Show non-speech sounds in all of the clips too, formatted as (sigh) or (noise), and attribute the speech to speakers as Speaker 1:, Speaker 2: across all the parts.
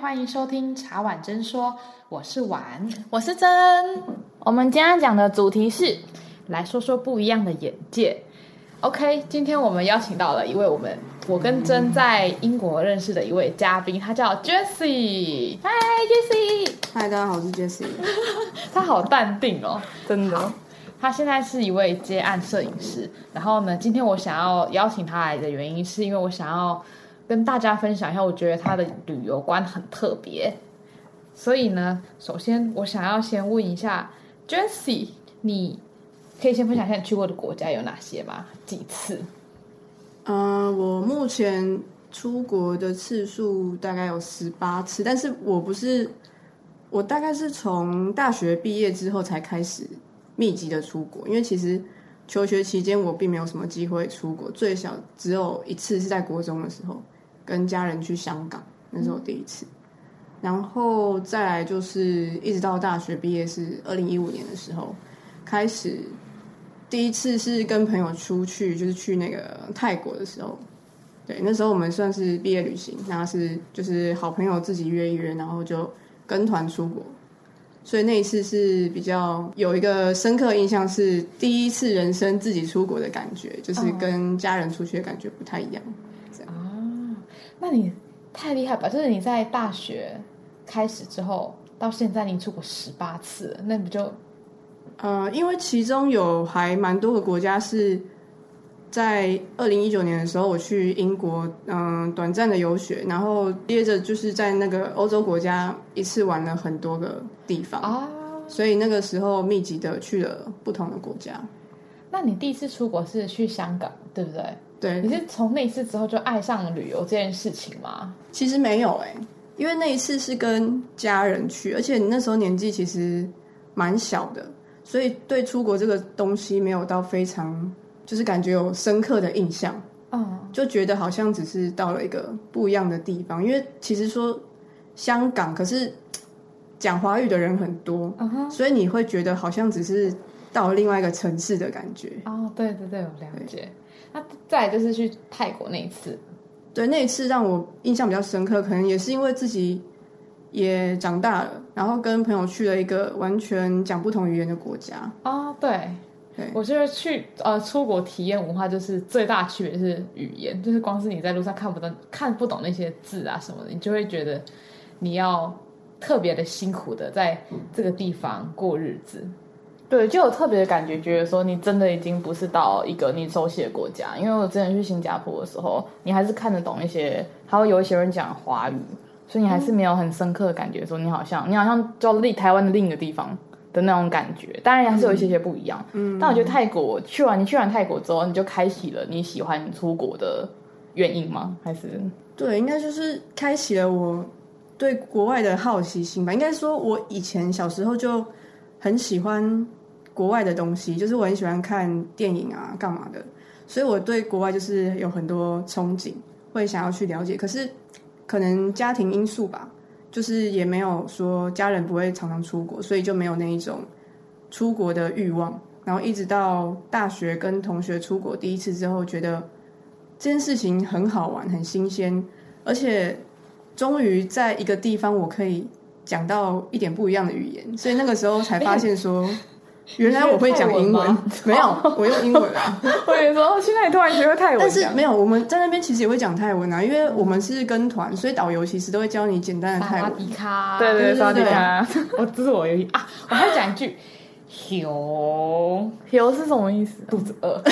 Speaker 1: 欢迎收听《茶碗真说》，我是碗，
Speaker 2: 我是真。我们今天讲的主题是
Speaker 1: 来说说不一样的眼界。OK，今天我们邀请到了一位我们我跟真在英国认识的一位嘉宾，他叫 Jessie。
Speaker 2: 嗨，Jessie，
Speaker 3: 嗨，大家好，我是 Jessie。
Speaker 1: 他好淡定哦，
Speaker 2: 真的。
Speaker 1: 他现在是一位接案摄影师。然后呢，今天我想要邀请他来的原因，是因为我想要跟大家分享一下，我觉得他的旅游观很特别。所以呢，首先我想要先问一下 Jessie，你可以先分享一下你去过的国家有哪些吗？几次？
Speaker 3: 呃，我目前出国的次数大概有十八次，但是我不是，我大概是从大学毕业之后才开始密集的出国，因为其实求学期间我并没有什么机会出国，最小只有一次是在国中的时候跟家人去香港，那是我第一次。然后再来就是一直到大学毕业是二零一五年的时候开始，第一次是跟朋友出去，就是去那个泰国的时候。对，那时候我们算是毕业旅行，那是就是好朋友自己约一约，然后就跟团出国。所以那一次是比较有一个深刻印象，是第一次人生自己出国的感觉，就是跟家人出去的感觉不太一样。
Speaker 1: 那你太厉害吧！就是你在大学开始之后到现在，你出国十八次了，那不就
Speaker 3: 呃，因为其中有还蛮多个国家是在二零一九年的时候，我去英国，嗯、短暂的游学，然后接着就是在那个欧洲国家一次玩了很多个地方，
Speaker 1: 啊？
Speaker 3: 所以那个时候密集的去了不同的国家。
Speaker 1: 那你第一次出国是去香港，对不对？
Speaker 3: 对
Speaker 1: 你，是从那一次之后就爱上旅游这件事情吗？
Speaker 3: 其实没有哎、因为那一次是跟家人去，而且你那时候年纪其实蛮小的，所以对出国这个东西没有到非常，就是感觉有深刻的印象。
Speaker 1: 嗯，
Speaker 3: 就觉得好像只是到了一个不一样的地方，因为其实说香港，可是讲华语的人很多，
Speaker 1: 啊哈，
Speaker 3: 所以你会觉得好像只是到了另外一个城市的感觉。
Speaker 1: 哦，对对对，我了解。那再来就是去泰国那一次，
Speaker 3: 对，那一次让我印象比较深刻，可能也是因为自己也长大了，然后跟朋友去了一个完全讲不同语言的国家。
Speaker 2: 啊
Speaker 1: 哦，对，
Speaker 3: 对
Speaker 1: 我觉得去呃出国体验文化就是最大区别是语言， (laughs) 就是光是你在路上看不懂看不懂那些字啊什么的，你就会觉得你要特别的辛苦的在这个地方过日子。
Speaker 2: 对，就有特别的感觉，觉得说你真的已经不是到一个你熟悉的国家。因为我之前去新加坡的时候，你还是看得懂一些，还会有一些人讲华语，所以你还是没有很深刻的感觉，说你好像你好像就离台湾的另一个地方的那种感觉。当然还是有一些些不一样，嗯。但我觉得泰国去完，你去完泰国之后，你就开启了你喜欢出国的原因吗？还是 (laughs)
Speaker 3: 对，应该就是开启了我对国外的好奇心吧。应该说，我以前小时候就很喜欢国外的东西，就是我很喜欢看电影啊，干嘛的，所以我对国外就是有很多憧憬，会想要去了解。可是可能家庭因素吧，就是也没有说家人不会常常出国，所以就没有那一种出国的欲望。然后一直到大学跟同学出国第一次之后，觉得这件事情很好玩，很新鲜，而且终于在一个地方我可以讲到一点不一样的语言，所以那个时候才发现
Speaker 1: (laughs)
Speaker 3: 说，原来我会讲英
Speaker 1: 你是泰文
Speaker 3: 文
Speaker 1: 吗，
Speaker 3: 没有，我用英文啊。
Speaker 2: 我也说哦去那里突然学会泰文，
Speaker 3: 但是没有，我们在那边其实也会讲泰文啊，因为我们是跟团，所以导游其实都会教你简单的
Speaker 1: 萨
Speaker 3: 泰
Speaker 1: 瓦
Speaker 3: 文。
Speaker 1: 迪卡，
Speaker 2: 对对
Speaker 3: 对
Speaker 2: 对
Speaker 3: 对
Speaker 2: 对
Speaker 3: 对
Speaker 2: 对，
Speaker 1: 我这是我有一啊，我还要讲一句，熊
Speaker 2: 油是什么意思？肚子饿，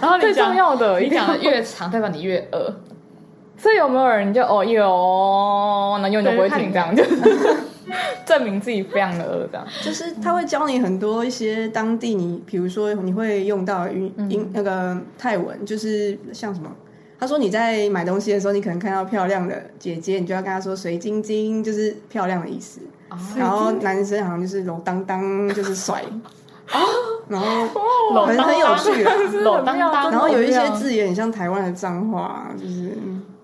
Speaker 1: 然后
Speaker 2: 最
Speaker 1: 你
Speaker 2: 重
Speaker 1: 讲
Speaker 2: 要的一
Speaker 1: 你
Speaker 2: 定要
Speaker 1: 讲的越长，代表你越饿。
Speaker 2: 所以有没有人就哦有，那永远都不会停这样，就是证明自己非常的饿这样。
Speaker 3: 就是他会教你很多一些当地你，比如说你会用到英
Speaker 1: 嗯
Speaker 3: 英那个泰文，就是像什么。他说你在买东西的时候，你可能看到漂亮的姐姐，你就要跟她说“水晶晶”，就是漂亮的意思。
Speaker 1: 哦
Speaker 3: 然后男生好像就是“柔当当”，就是甩。
Speaker 1: (laughs)
Speaker 3: 然后
Speaker 2: 老
Speaker 3: 很很有趣啊
Speaker 2: 老当当，
Speaker 3: 然后有一些字也很像台湾的脏话，就是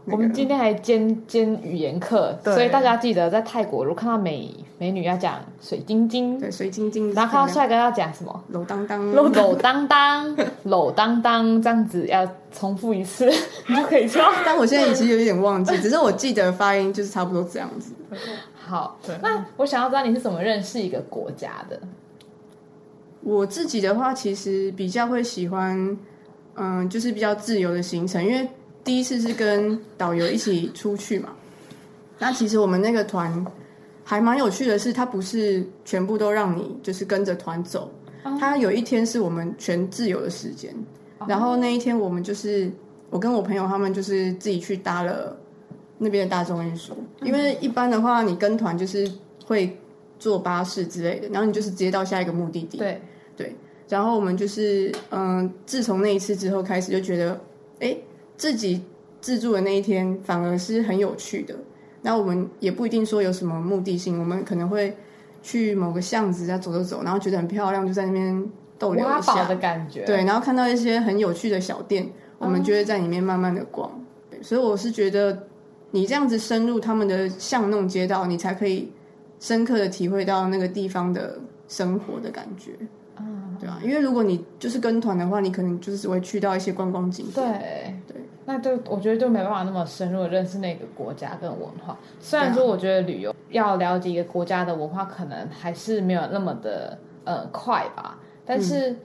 Speaker 3: 那
Speaker 1: 我
Speaker 3: 个
Speaker 1: 们今天还兼兼语言课，
Speaker 2: 对
Speaker 1: 所以大家记得在泰国如果看到美美女要讲水晶晶，
Speaker 3: 对水晶晶，
Speaker 1: 然后看到帅哥要讲什么
Speaker 3: 楼当当，
Speaker 1: 搂当
Speaker 2: (laughs)
Speaker 1: 当、搂当当，这样子要重复一次，你就可以知道。
Speaker 3: 但我现在其实有一点忘记，只是我记得发音就是差不多这样子。
Speaker 1: 好
Speaker 2: 对，
Speaker 1: 那我想要知道你是怎么认识一个国家的？
Speaker 3: 我自己的话，其实比较会喜欢，嗯，就是比较自由的行程，因为第一次是跟导游一起出去嘛。那其实我们那个团还蛮有趣的是，它不是全部都让你就是跟着团走，它有一天是我们全自由的时间。
Speaker 1: 哦
Speaker 2: 哦
Speaker 3: 然后那一天我们就是我跟我朋友他们就是自己去搭了那边的大众运输，
Speaker 1: 嗯
Speaker 3: 因为一般的话你跟团就是会坐巴士之类的，然后你就是直接到下一个目的地。
Speaker 1: 对，
Speaker 3: 然后我们就是，嗯，自从那一次之后开始，就觉得，哎，自己自助的那一天反而是很有趣的。那我们也不一定说有什么目的性，我们可能会去某个巷子啊走走走，然后觉得很漂亮，就在那边逗留
Speaker 1: 挖
Speaker 3: 一
Speaker 1: 宝
Speaker 3: 下
Speaker 1: 的，感觉。
Speaker 3: 对，然哦后看到一些很有趣的小店，我们就会在里面慢慢的逛。对所以我是觉得，你这样子深入他们的巷弄街道，你才可以深刻的体会到那个地方的生活的感觉。对啊，因为如果你就是跟团的话，你可能就是只会去到一些观光景点。
Speaker 1: 对
Speaker 3: 对，
Speaker 1: 那就我觉得就没办法那么深入的认识那个国家跟文化。虽
Speaker 3: 对
Speaker 1: 然
Speaker 3: 啊
Speaker 1: 说我觉得旅游要了解一个国家的文化，可能还是没有那么的呃快吧，但是、
Speaker 3: 嗯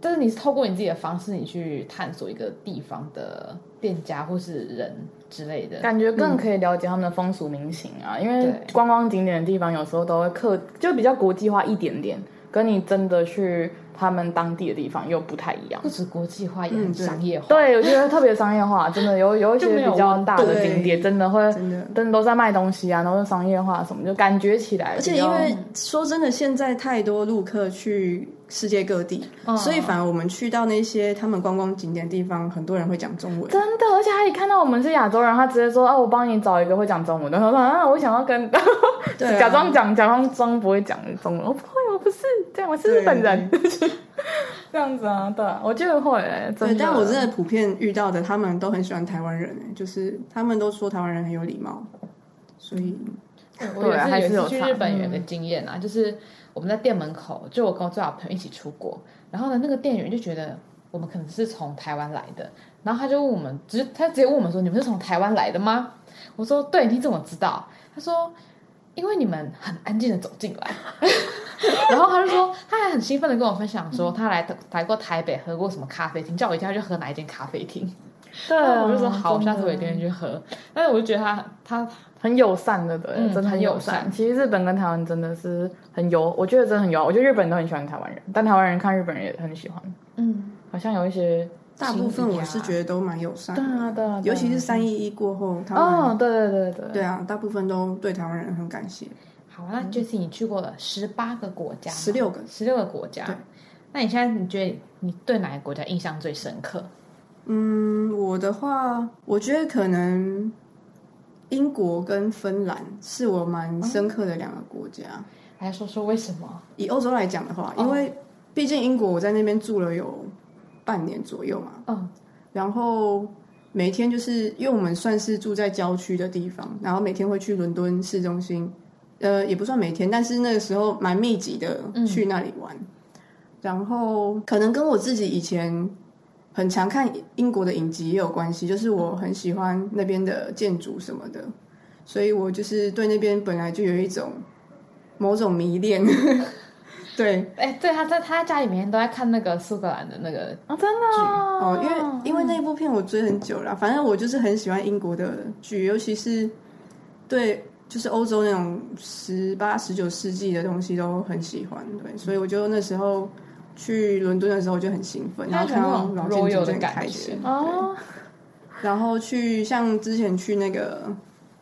Speaker 1: 但是你是透过你自己的方式，你去探索一个地方的店家或是人之类的。
Speaker 2: 感觉更可以了解他们的风俗民情啊，因为
Speaker 1: 嗯对
Speaker 2: 观光景点的地方有时候都会刻，就比较国际化一点点，跟你真的去他们当地的地方又不太一样
Speaker 1: 不。止国际化，也很
Speaker 3: 嗯对
Speaker 1: 商业化。
Speaker 2: 对，我觉得特别商业
Speaker 3: (laughs)
Speaker 2: 化，真的有有一
Speaker 1: 就没
Speaker 2: 些
Speaker 1: 有
Speaker 2: 比较大的景点，
Speaker 3: 对
Speaker 2: 真的会
Speaker 3: 真的
Speaker 2: 真的都在卖东西啊，然后是商业化什么，就感觉起来比
Speaker 3: 而
Speaker 2: 较。
Speaker 3: 且因为说真的，现在太多陆客去世界各地，嗯所以反而我们去到那些他们观光景点地方，很多人会讲中文。
Speaker 2: 真的，而且他一看到我们是亚洲人，他直接说：“啊，我帮你找一个会讲中文的。” (laughs) 他说：“啊，我想要跟，
Speaker 3: 对啊
Speaker 2: 假装讲，假装装不会讲中文，我不会，我不是这样，我是日本人， (laughs) 这样子啊，对啊，我觉得会、真
Speaker 3: 对，
Speaker 2: 的。
Speaker 3: 但我真的普遍遇到的，他们都很喜欢台湾人、欸，就是他们都说台湾人很有礼貌，所以
Speaker 1: 哎我有
Speaker 2: 对
Speaker 1: 一
Speaker 2: 啊
Speaker 1: 次
Speaker 2: 还
Speaker 1: 有
Speaker 2: 是
Speaker 1: 一次
Speaker 2: 有
Speaker 1: 去
Speaker 2: 差嗯
Speaker 1: 日本有一个经验啊，就是我们在店门口，就我跟我最好朋友一起出国，然后呢，那个店员就觉得我们可能是从台湾来的，然后他就问我们，直他直接问我们说：“你们是从台湾来的吗？”我说：“对，你怎么知道？”他说：“因为你们很安静的走进来。” (laughs) 然后他就说，他还很兴奋的跟我分享说，他来来过台北喝过什么咖啡厅，叫我一定要去喝哪一间咖啡厅。
Speaker 2: 对啊、
Speaker 1: 然后我就说好，我
Speaker 2: 真的
Speaker 1: 下次我一定会去喝。但是我就觉得他他
Speaker 2: 很友善的，对，
Speaker 1: 嗯
Speaker 2: 真的
Speaker 1: 很
Speaker 2: 很
Speaker 1: 友
Speaker 2: 友善。
Speaker 1: 善
Speaker 2: 其实日本跟台湾真的是很友，我觉得真的很友好。我觉得日本人都很喜欢台湾人，但台湾人看日本人也很喜欢，
Speaker 1: 嗯。
Speaker 2: 好像有一些
Speaker 3: 大部分我是觉得都蛮友善
Speaker 2: 对
Speaker 3: 的，
Speaker 2: 啊对啊，对啊
Speaker 3: 尤其是三一一过后，他们、
Speaker 2: 哦，对对对对
Speaker 3: 对啊，大部分都对台湾人很感谢。
Speaker 1: 好，那这次你去过了十八个国家，
Speaker 3: 16个
Speaker 1: 十六个国家。那你现在你觉得你对哪个国家印象最深刻？
Speaker 3: 嗯，我的话，我觉得可能英国跟芬兰是我蛮
Speaker 2: 哦
Speaker 3: 深刻的两个国家。
Speaker 1: 来说说为什么？
Speaker 3: 以欧洲来讲的话，因为毕竟英国我在那边住了有半年左右嘛，
Speaker 1: 嗯，
Speaker 3: 然后每天就是因为我们算是住在郊区的地方，然后每天会去伦敦市中心，呃，也不算每天，但是那个时候蛮密集的去那里玩。然后可能跟我自己以前很常看英国的影集也有关系，就是我很喜欢那边的建筑什么的，所以我就是对那边本来就有一种某种迷恋。对，
Speaker 1: 哎、对，他在他在家里每天都在看那个苏格兰的那个，
Speaker 2: 啊，真的啊
Speaker 3: 哦，因为因为那部片我追很久了，反正我就是很喜欢英国的剧，尤其是对就是欧洲那种十八、十九世纪的东西都很喜欢，
Speaker 2: 嗯
Speaker 3: 对，所以我就那时候去伦敦的时候就很兴奋，然后看到老建筑就很开心，对。
Speaker 2: 哦
Speaker 3: 然后去像之前去那个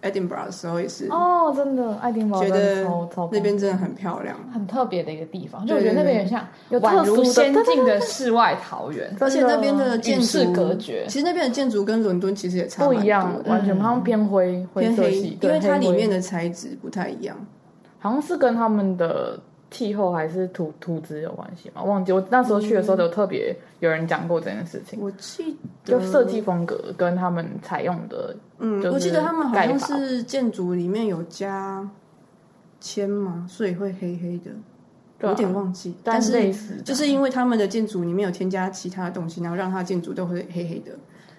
Speaker 3: Edinburgh 的时候也是，
Speaker 2: 哦，真的，爱丁堡
Speaker 3: 觉
Speaker 2: 真的
Speaker 3: 得
Speaker 2: 超超棒
Speaker 3: 那边真的很漂亮。
Speaker 1: 很特别的一个地方，就
Speaker 3: 对
Speaker 1: 我觉得那边有
Speaker 3: 对
Speaker 1: 点像
Speaker 2: 有
Speaker 1: 宛
Speaker 2: 特殊
Speaker 1: 如
Speaker 2: 的
Speaker 1: 仙
Speaker 2: 对对
Speaker 1: 境的世外桃源。
Speaker 3: 而且那边的建
Speaker 1: 与世
Speaker 3: 筑
Speaker 1: 隔绝
Speaker 3: 其实那边的建筑跟伦敦其实也差
Speaker 2: 不
Speaker 3: 蛮
Speaker 2: 一
Speaker 3: 多
Speaker 2: 样，
Speaker 3: 的
Speaker 2: 完全好像偏灰灰
Speaker 3: 偏
Speaker 2: 色
Speaker 3: 黑
Speaker 2: 系，，
Speaker 3: 因
Speaker 2: 对
Speaker 3: 为它里面
Speaker 2: 黑灰
Speaker 3: 的材质不太一样。
Speaker 2: 好像是跟他们的气候还是土土质有关系吗？忘记我那时候去的时
Speaker 3: 嗯
Speaker 2: 候有特别有人讲过这件事情，
Speaker 3: 我记
Speaker 2: 就
Speaker 3: 得
Speaker 2: 设计风格跟他们采用的
Speaker 3: 嗯，
Speaker 2: 就是
Speaker 3: 我记得他们好
Speaker 2: 盖
Speaker 3: 像
Speaker 2: 法
Speaker 3: 是建筑里面有加铅嘛，所以会黑黑的，
Speaker 2: 对啊
Speaker 3: 有点忘记。
Speaker 2: 但
Speaker 3: 但
Speaker 2: 类
Speaker 3: 是
Speaker 2: 似的
Speaker 3: 就是因为他们的建筑里面有添加其他的东西，然后让它建筑都会黑黑的，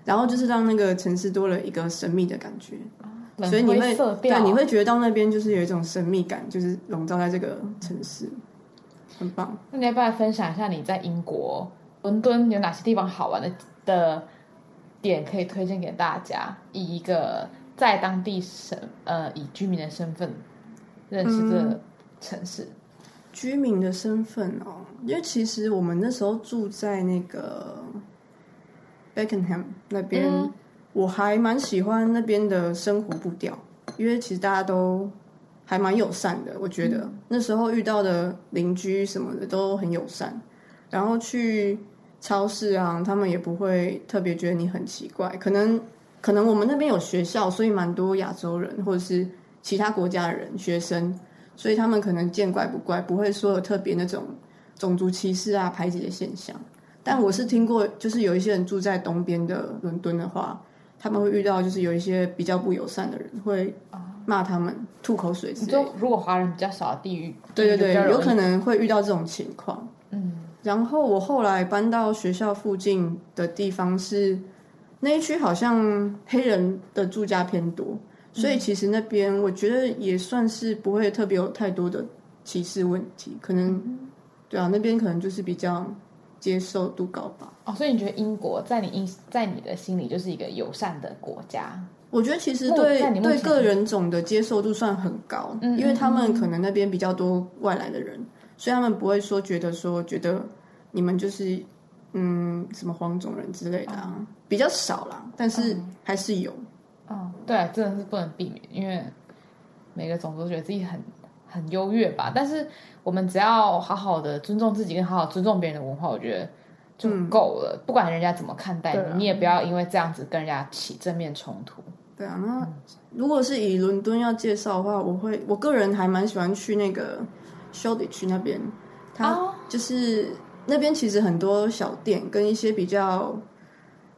Speaker 3: 然后就是让那个城市多了一个神秘的感觉。
Speaker 2: 嗯
Speaker 1: 冷
Speaker 3: 所以你
Speaker 1: 灰
Speaker 3: 会
Speaker 1: 色调啊
Speaker 3: 对，
Speaker 2: 啊
Speaker 3: 你会觉得到那边就是有一种神秘感，就是笼罩在这个城市，很棒。
Speaker 1: 那你要不要分享一下你在英国伦敦有哪些地方好玩的的点可以推荐给大家？以一个在当地生呃以居民的身份认识这个城市，
Speaker 3: 居民的身份哦，因为其实我们那时候住在那个 Beckenham 那边，我还蛮喜欢那边的生活步调，因为其实大家都还蛮友善的，我觉得、那时候遇到的邻居什么的都很友善，然后去超市啊，他们也不会特别觉得你很奇怪，可能可能我们那边有学校，所以蛮多亚洲人或者是其他国家的人学生，所以他们可能见怪不怪，不会说有特别那种种族歧视啊排挤的现象。但我是听过，就是有一些人住在东边的伦敦的话，他们会遇到就是有一些比较不友善的人会骂他们、吐口水之
Speaker 1: 你
Speaker 3: 类的。
Speaker 1: 说如果华人比较少的地域，
Speaker 3: 对对
Speaker 1: 就比
Speaker 3: 对，
Speaker 1: 较容易
Speaker 3: 有可能会遇到这种情况。
Speaker 1: 嗯，
Speaker 3: 然后我后来搬到学校附近的地方是那一区，好像黑人的住家偏多，
Speaker 1: 嗯
Speaker 3: 所以其实那边我觉得也算是不会特别有太多的歧视问题，可能、
Speaker 1: 嗯
Speaker 3: 对啊，那边可能就是比较接受度高吧。
Speaker 1: 哦，所以你觉得英国在你印在你的心里就是一个友善的国家？
Speaker 3: 我觉得其实
Speaker 1: 目
Speaker 3: 对
Speaker 1: 在你目
Speaker 3: 对
Speaker 1: 前
Speaker 3: 个人种的接受度算很高，
Speaker 1: 嗯
Speaker 3: 因为他们可能那边比较多外来的人，所以他们不会说觉得说觉得你们就是嗯什么黄种人之类的、啊，比较少啦，但是还是有。
Speaker 1: 哦，对，真的是不能避免，因为每个种族觉得自己很很优越吧。但是我们只要好好的尊重自己，跟好好尊重别人的文化，我觉得就够了。不管人家怎么看
Speaker 2: 嗯
Speaker 1: 待
Speaker 2: 对
Speaker 1: 你，
Speaker 2: 啊
Speaker 1: 你也不要因为这样子跟人家起正面冲突。
Speaker 3: 对啊，那如果是以伦敦要介绍的话，我会我个人还蛮喜欢去那个 Shoreditch 那边，它
Speaker 1: 哦
Speaker 3: 就是、那边其实很多小店跟一些比较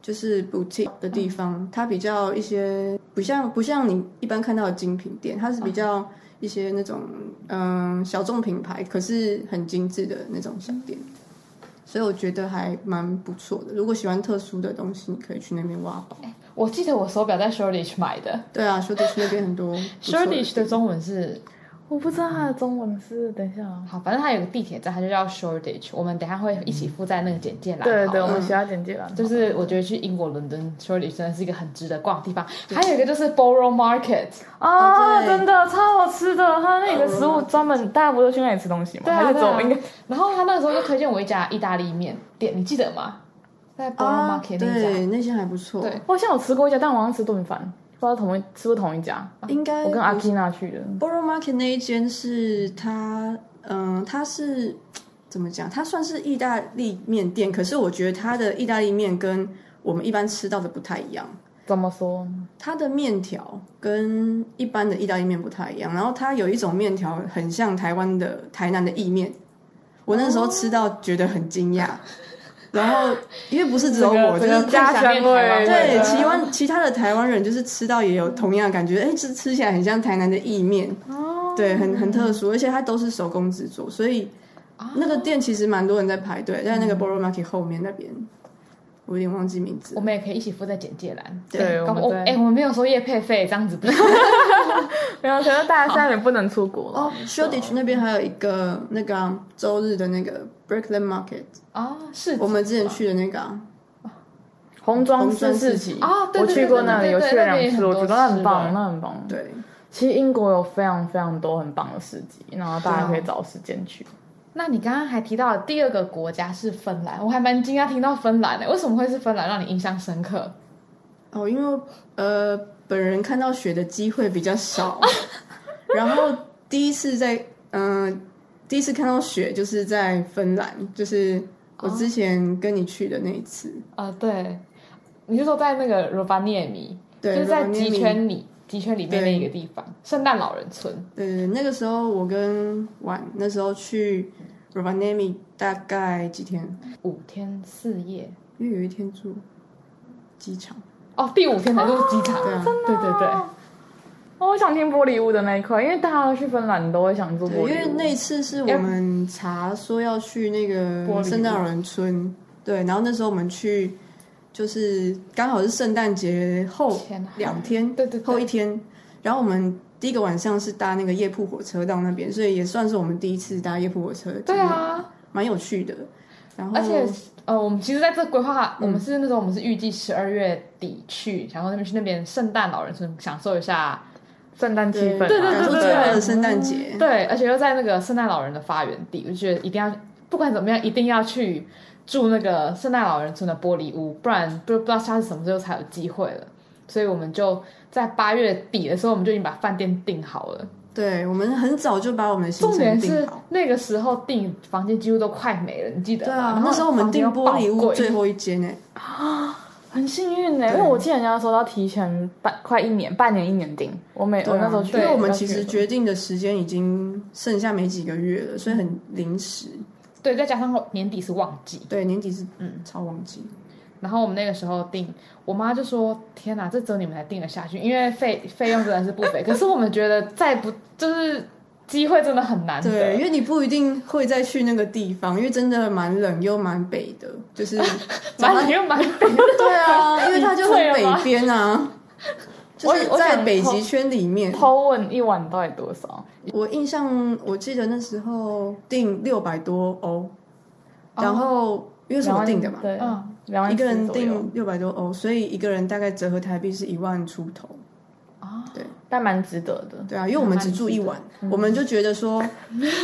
Speaker 3: 就是 boutique 的地方，它比较一些不像不像你一般看到的精品店，它是比较一些那种嗯小众品牌，可是很精致的那种小店。所以我觉得还蛮不错的。如果喜欢特殊的东西，你可以去那边挖宝。
Speaker 1: 我记得我手表在 Shoreditch 买的
Speaker 3: 对啊 s h o r d i t 那边很多不错
Speaker 1: ，Shoreditch 的中文是
Speaker 2: 我不知道它的中文是，等一下啊，
Speaker 1: 好，反正它有个地铁站，它就叫 Shoreditch。我们等一下会一起附在那个简介栏。
Speaker 2: 对
Speaker 1: 好
Speaker 2: 对，
Speaker 1: 了
Speaker 2: 我们学校简介栏
Speaker 1: 就是我觉得去英国伦敦 Shoreditch 真的是一个很值得逛的地方，还有一个就是 Borough Market，
Speaker 2: 啊，
Speaker 3: 对
Speaker 2: 真的超好吃的，它那个食物专门大家不都去那里吃东西吗？
Speaker 1: 对啊
Speaker 2: 还是只有我
Speaker 1: 对啊
Speaker 2: 应该
Speaker 1: (laughs) 然后他那个时候就推荐我一家意大利面店，你记得吗？在 Borough
Speaker 3: 啊，
Speaker 1: Market 那一
Speaker 3: 对，那些还不错。
Speaker 1: 对，
Speaker 2: 我好像有吃过一家，但我好像吃炖饭，不知道同一吃不同一家。
Speaker 3: 应该
Speaker 2: 我跟阿 Kina 去的，
Speaker 3: Borough Market 那一间是它，嗯、它是怎么讲？它算是意大利面店，可是我觉得它的意大利面跟我们一般吃到的不太一样。
Speaker 2: 怎么说？
Speaker 3: 它的面条跟一般的意大利面不太一样，然后它有一种面条很像台湾的台南的意面，我那时候吃到觉得很惊
Speaker 2: (laughs)
Speaker 3: 讶，然后因为不是只有我，就
Speaker 2: 这个
Speaker 3: 是
Speaker 2: 家乡味，
Speaker 1: 想念台湾
Speaker 3: 对，
Speaker 1: 对
Speaker 3: 其湾其他的台湾人就是吃到也有同样的感觉，哎、这吃起来很像台南的意面，
Speaker 2: 哦
Speaker 3: 对，很很特殊，而且它都是手工制作，所以那个店其实蛮多人在排队，在那个
Speaker 2: 嗯
Speaker 3: Borough Market 后面那边，我有点忘记名字
Speaker 1: 我，们也可以一起附在简介栏。
Speaker 2: 对，我
Speaker 1: 搞不我
Speaker 2: 们
Speaker 1: 哎，
Speaker 2: 在
Speaker 1: 我们没有收业配费，这样子不
Speaker 3: (laughs)
Speaker 1: 行。
Speaker 2: 没有，可能大家现在也不能出国了
Speaker 3: 哦。，Shoreditch 那边还有一个那个啊周、日的那个 Brickland Market，
Speaker 1: 啊，是
Speaker 3: 我们之前去的那个、啊，
Speaker 2: 红庄
Speaker 3: 红
Speaker 2: 四哦
Speaker 3: 庄
Speaker 2: 世
Speaker 3: 四
Speaker 2: 纪
Speaker 1: 啊对
Speaker 2: 我
Speaker 1: 对
Speaker 2: 去
Speaker 1: 对
Speaker 2: 过
Speaker 1: 对
Speaker 2: 那里，
Speaker 1: 对
Speaker 2: 有
Speaker 1: 对
Speaker 2: 去了
Speaker 1: 那边
Speaker 2: 两
Speaker 1: 也
Speaker 2: 次，
Speaker 1: 很
Speaker 2: 我
Speaker 1: 多
Speaker 2: 觉得那
Speaker 1: 吃
Speaker 2: 很棒，
Speaker 1: 的
Speaker 2: 那很棒。，
Speaker 3: 对，
Speaker 2: 其实英国有非常非常多很棒的市集，然后大
Speaker 3: 对
Speaker 2: 家
Speaker 3: 啊
Speaker 2: 可以找时间去。
Speaker 1: 那你刚刚还提到的第二个国家是芬兰，我还蛮惊讶听到芬兰欸的，为什么会是芬兰让你印象深刻？
Speaker 3: 哦，因为呃，本人看到雪的机会比较
Speaker 1: (laughs)
Speaker 3: 少，然后第一次在嗯、第一次看到雪就是在芬兰，就是我之前跟你去的那一次，
Speaker 1: 啊，对，你是说在那个罗巴涅米，就
Speaker 3: 对
Speaker 1: 是在
Speaker 3: Rovaniemi
Speaker 1: 极圈里，的确里面
Speaker 3: 对
Speaker 1: 那个地方，圣诞老人村，
Speaker 3: 对，那个时候我跟婉那时候去 Rovaniemi 大概几天，
Speaker 1: 五天四夜。
Speaker 3: 因为有一天住机场，
Speaker 1: 哦，第五天才入机场，
Speaker 3: 对啊
Speaker 1: 对对对，
Speaker 2: 哦，我想听玻璃屋的那一块，因为大家去芬兰都会想住玻
Speaker 3: 对，
Speaker 2: 璃
Speaker 3: 因
Speaker 2: 屋。
Speaker 3: 为那次是我们查说要去那
Speaker 2: 玻璃
Speaker 3: 个
Speaker 2: 屋
Speaker 3: 圣诞老人村，对，然后那时候我们去就是刚好是圣诞节后
Speaker 1: 前后
Speaker 3: 两天，
Speaker 1: 对对对
Speaker 3: 后一天，然后我们第一个晚上是搭那个夜铺火车到那边，所以也算是我们第一次搭夜铺火车，
Speaker 1: 对，啊，
Speaker 3: 蛮有趣的。然后嗯
Speaker 1: 而且呃，我们其实在这规划，我们是那时候我们是预计十二月底去，想说那边去那边圣诞老人村享受一下，
Speaker 2: 圣诞气氛啊，
Speaker 1: 对对
Speaker 3: 感
Speaker 1: 对
Speaker 3: 受
Speaker 1: 对
Speaker 3: 最
Speaker 1: 对
Speaker 3: 后的
Speaker 1: 对
Speaker 3: 圣诞节，
Speaker 1: 对，而且又在那个圣诞老人的发源地，我就觉得一定要不管怎么样，一定要去住那个圣诞老人村的玻璃屋，不然不不知道下次什么时候才有机会了。所以我们就在八月底的时候，我们就已经把饭店订好了。
Speaker 3: 对，我们很早就把我们的行
Speaker 1: 重点
Speaker 3: 程
Speaker 1: 是
Speaker 3: 定好。
Speaker 1: 那个时候订房间几乎都快没了，你记得
Speaker 3: 对
Speaker 1: 吗？
Speaker 3: 啊，
Speaker 1: 然后
Speaker 3: 那时候我们
Speaker 1: 房间
Speaker 3: 订
Speaker 1: 又
Speaker 3: 玻璃
Speaker 1: 爆
Speaker 3: 屋
Speaker 1: 贵
Speaker 3: 最后一间欸诶、
Speaker 2: 很幸运呢、因为我记得人家说到提前半快一年、半年、一年订。我每、
Speaker 3: 对
Speaker 2: 我
Speaker 3: 啊
Speaker 2: 那时候去，
Speaker 3: 因为我们
Speaker 2: 要
Speaker 3: 其
Speaker 2: 去
Speaker 3: 实
Speaker 2: 的时
Speaker 3: 决定的时间已经剩下没几个月了，所以很临时。
Speaker 1: 对，再加上年底是旺季，
Speaker 3: 对，年底是嗯超旺季，
Speaker 1: 然后我们那个时候订，我妈就说：“天哪，这只有你们才订得下去，因为费费用真的是不菲。可是我们觉得再不就是机会真的很难
Speaker 3: 对，因
Speaker 1: 得。
Speaker 3: 为你不一定会再去那个地方，因为真的蛮冷又蛮北的，就是
Speaker 2: (laughs)
Speaker 1: 蛮冷
Speaker 3: (laughs)
Speaker 1: 又蛮北的，
Speaker 3: 对啊，因为它就很
Speaker 1: 你醉了吗
Speaker 3: 北边
Speaker 2: (laughs)
Speaker 3: 啊，就是
Speaker 2: 我我
Speaker 3: 在
Speaker 2: 想
Speaker 3: 北
Speaker 2: 偷
Speaker 3: 极圈里面
Speaker 2: 候。偷问一晚到底多少？
Speaker 3: 我印象，我记得那时候订六百多欧，然后因为是我
Speaker 2: 哦万
Speaker 3: 订的嘛，
Speaker 2: 对，
Speaker 1: 嗯
Speaker 2: 两万
Speaker 3: 一个人
Speaker 2: 四左右
Speaker 3: 订六百多欧，所以一个人大概折合台币是一万出头。
Speaker 2: 但蛮值得的，
Speaker 3: 对啊，因为我们只住一晚，
Speaker 1: 嗯
Speaker 3: 我们就觉得说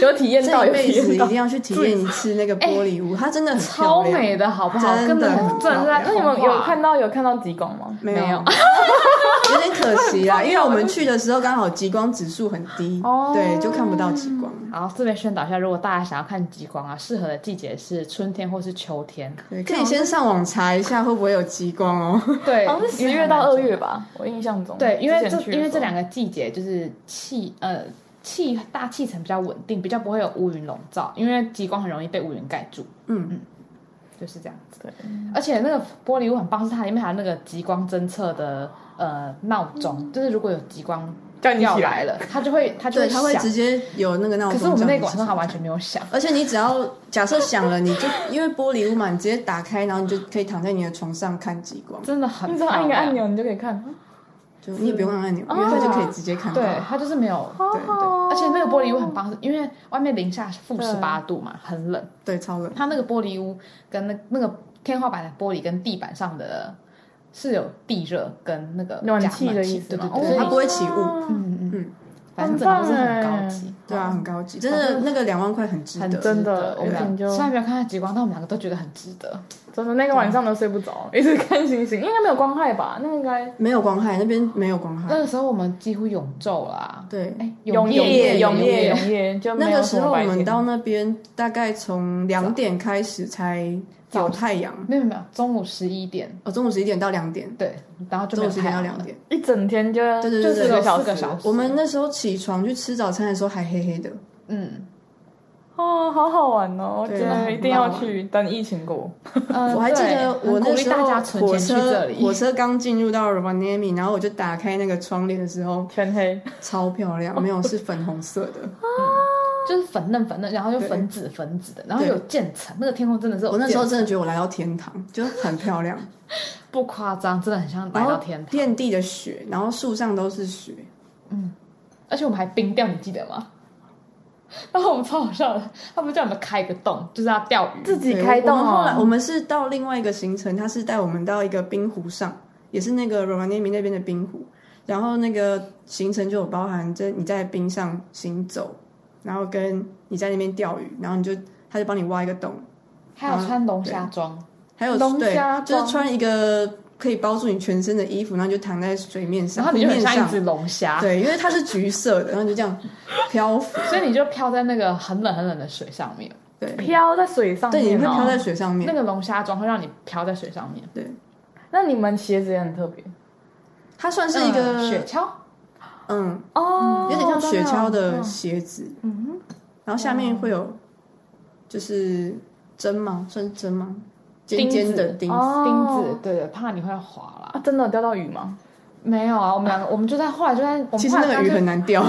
Speaker 2: 有体验到，
Speaker 3: 这一
Speaker 2: 有
Speaker 3: 辈
Speaker 2: 体
Speaker 3: 子
Speaker 2: 验
Speaker 3: 一
Speaker 2: 到
Speaker 3: 定。要去体验一次那个玻璃屋，它真的很漂
Speaker 1: 超
Speaker 3: 亮
Speaker 1: 美的好不好？
Speaker 3: 真的
Speaker 1: 根本
Speaker 3: 很
Speaker 1: 真的是在
Speaker 3: 漂亮
Speaker 2: 那你们
Speaker 1: 童话
Speaker 2: 有看到有看到极光吗？
Speaker 3: 没
Speaker 1: 没有
Speaker 3: 有？ (laughs) 有点可惜
Speaker 1: (laughs)
Speaker 3: 啦，因为我们去的时候刚好极光指数很低，
Speaker 2: 哦
Speaker 3: 对，就看不到极光。
Speaker 1: 好，这边宣导一下，如果大家想要看极光啊，适合的季节是春天或是秋
Speaker 3: (laughs)
Speaker 1: 天。
Speaker 3: 对，可以先上网查一下会不会有极光哦。
Speaker 1: 对，
Speaker 2: 好像是
Speaker 1: 因
Speaker 2: 十
Speaker 1: 为
Speaker 2: 月
Speaker 1: 还
Speaker 2: 到
Speaker 1: 蛮
Speaker 2: 二
Speaker 1: 重
Speaker 2: 月吧，我印象中。
Speaker 1: 对，因为
Speaker 2: 哦之前
Speaker 1: 这
Speaker 2: 去的
Speaker 1: 因为这
Speaker 2: 时候
Speaker 1: 两个季节就是气呃气大气层比较稳定，比较不会有乌云笼罩，因为极光很容易被乌云盖住，
Speaker 3: 嗯，
Speaker 1: 就是这样子。
Speaker 2: 对，
Speaker 1: 而且那个玻璃屋很棒，是它里面还有那个极光侦测的呃闹钟，就是如果有极光
Speaker 2: 叫你
Speaker 1: 要
Speaker 2: 嗯起
Speaker 1: 来
Speaker 2: 来
Speaker 1: 了，它就会它就
Speaker 3: 对，它会
Speaker 1: 响
Speaker 3: 直。接有那个闹
Speaker 1: 可
Speaker 3: 钟。
Speaker 1: 是我们那个晚上它完全。没
Speaker 2: (laughs)
Speaker 1: 有响，
Speaker 3: 而且你只要假设想了，你就因为玻璃屋嘛，你直接打开，然后你就可以躺在你的床上看极光，
Speaker 1: 真的很
Speaker 2: 你只要按一个
Speaker 1: 漂亮
Speaker 2: 按钮，你就可以看。
Speaker 3: 就你也不用按按钮，因为它就可以直接看到。
Speaker 1: 对，它就是没有。
Speaker 2: 啊好哦
Speaker 3: 对
Speaker 2: 好哦
Speaker 1: 而且那个玻璃屋很棒，是因为外面零下负十八度嘛，很冷。
Speaker 3: 对，超冷。
Speaker 1: 它那个玻璃屋跟那那个天花板的玻璃跟地板上的是有地热跟那个
Speaker 2: 暖
Speaker 1: 加
Speaker 2: 气的意思哦
Speaker 1: 对对
Speaker 2: 吗？
Speaker 1: 对，
Speaker 3: 所以它
Speaker 1: 它
Speaker 3: 不会起雾
Speaker 2: 哦
Speaker 1: 哦嗯嗯嗯
Speaker 3: 嗯，
Speaker 1: 反正整个都是很高级，
Speaker 3: 对啊，很高级，真的那个两万块很值
Speaker 1: 很
Speaker 3: 得。
Speaker 1: 值
Speaker 2: 哎真
Speaker 1: 得
Speaker 2: 的
Speaker 1: 我们
Speaker 2: 我们
Speaker 1: 俩
Speaker 2: 就
Speaker 1: 虽然没有看到极光，但我们两个都觉得很值得。
Speaker 2: 真的那个晚上都睡不着， (laughs) 一直看星星，应该没有光害吧？那应该
Speaker 3: 没有光害，那边没有光害。
Speaker 1: 那个时候我们几乎永昼啦，
Speaker 3: 对，
Speaker 1: 哎，
Speaker 2: 嗯永
Speaker 1: 夜
Speaker 2: 夜
Speaker 1: 永
Speaker 2: 永夜
Speaker 1: 夜，
Speaker 2: 永夜，就
Speaker 3: 那
Speaker 2: 没有
Speaker 3: 个
Speaker 2: 什
Speaker 3: 时
Speaker 2: 么
Speaker 3: 候我
Speaker 2: 白
Speaker 3: 们
Speaker 2: 天。
Speaker 3: 到那边大概从两点开始才有太阳，
Speaker 1: 没有没有，中午十一点，
Speaker 3: 哦，中午十一点到两点，
Speaker 1: 对，然后就
Speaker 3: 中
Speaker 1: 没
Speaker 3: 午
Speaker 1: 有
Speaker 3: 十一点
Speaker 1: 太
Speaker 3: 到
Speaker 1: 阳
Speaker 3: 两
Speaker 1: 了。
Speaker 3: 点。
Speaker 2: 一整天就
Speaker 3: 对对
Speaker 2: 就
Speaker 3: 对
Speaker 2: 四
Speaker 3: 对
Speaker 2: 个小
Speaker 1: 四个小
Speaker 2: 时
Speaker 1: 时
Speaker 3: 我们那时候起床去吃早餐的时候还黑黑的，
Speaker 1: 嗯，
Speaker 2: 哦，好好玩哦！我觉
Speaker 3: 对
Speaker 2: 得一定
Speaker 3: 很好
Speaker 2: 要
Speaker 3: 玩
Speaker 2: 去，等疫情过。
Speaker 3: (laughs)
Speaker 1: 呃
Speaker 3: 我还记
Speaker 1: 对
Speaker 3: 得
Speaker 1: 很
Speaker 3: 我
Speaker 1: 鼓
Speaker 3: 那
Speaker 1: 励
Speaker 3: 时
Speaker 1: 大
Speaker 3: 候
Speaker 1: 家存
Speaker 3: 火
Speaker 1: 钱去这
Speaker 3: 车
Speaker 1: 里，
Speaker 3: 火车刚进入到 Rovaniemi，然后我就打开那个窗帘的时候，
Speaker 2: 全黑，
Speaker 3: 超漂亮，没有是粉红色
Speaker 1: (laughs)
Speaker 3: 的。
Speaker 1: 就是粉嫩粉嫩，然后又
Speaker 3: 对
Speaker 1: 粉紫粉紫的，然后
Speaker 3: 对
Speaker 1: 有渐层，那个天空真的是有
Speaker 3: 我那时候
Speaker 1: 渐
Speaker 3: 真的觉得我来到天堂，就很漂亮。
Speaker 1: 层不夸张，真的很像来
Speaker 3: 然
Speaker 1: 到
Speaker 3: 后
Speaker 1: 天堂。
Speaker 3: 遍地的雪，然后树上都是雪，
Speaker 1: 而且我们还冰钓，你记得吗？ (laughs) 然后我们超好笑的，他不是叫我们开一个洞，就是要钓鱼，
Speaker 2: 自己
Speaker 3: 对
Speaker 2: 开动
Speaker 3: 我们后来我
Speaker 2: 哦。
Speaker 3: 们是到另外一个行程，他是带我们到一个冰湖上，也是那个 Rovaniemi 那边的冰湖。然后那个行程就有包含，就是你在冰上行走，然后跟你在那边钓鱼，然后你就他就帮你挖一个洞，
Speaker 1: 还
Speaker 3: 嗯
Speaker 1: 有穿龙虾装，
Speaker 3: 还有
Speaker 2: 龙
Speaker 3: 对
Speaker 2: 虾，
Speaker 3: 就是
Speaker 2: 装
Speaker 3: 穿一个可以包住你全身的衣服，然后你就躺在水面上，
Speaker 1: 然后你就
Speaker 3: 湖
Speaker 1: 很
Speaker 3: 面
Speaker 1: 像一
Speaker 3: 上，
Speaker 1: 只龙虾，
Speaker 3: 对，因为它是橘色的，然后你就这样漂浮，
Speaker 1: 所以你就飘在那个很冷很冷的水上面。
Speaker 3: 对，
Speaker 2: 飘在水上
Speaker 3: 对，你
Speaker 2: 面
Speaker 3: 会飘
Speaker 2: 哦。
Speaker 3: 在水上面，
Speaker 1: 那个龙虾装会让你飘在水上面，
Speaker 3: 对，
Speaker 2: 那你们鞋子也很特别，
Speaker 3: 它算是一
Speaker 1: 嗯
Speaker 3: 个
Speaker 1: 雪橇，
Speaker 3: 嗯，
Speaker 1: 哦
Speaker 3: 有点像雪橇
Speaker 1: 真
Speaker 3: 的
Speaker 1: 哦
Speaker 3: 鞋子，
Speaker 1: 嗯哦
Speaker 3: 然后下面会有就是针吗？算是针吗？尖尖的钉
Speaker 1: 钉哦
Speaker 3: 子，
Speaker 1: 子，对对，怕你会滑啦。
Speaker 2: 哦啊，真的有钓到鱼吗？
Speaker 1: 没有啊，我们两个，我们就在后来就在，我们
Speaker 3: 其实
Speaker 1: 后来
Speaker 3: 那个鱼
Speaker 1: 干脆
Speaker 3: 很难
Speaker 1: (laughs)
Speaker 3: 钓。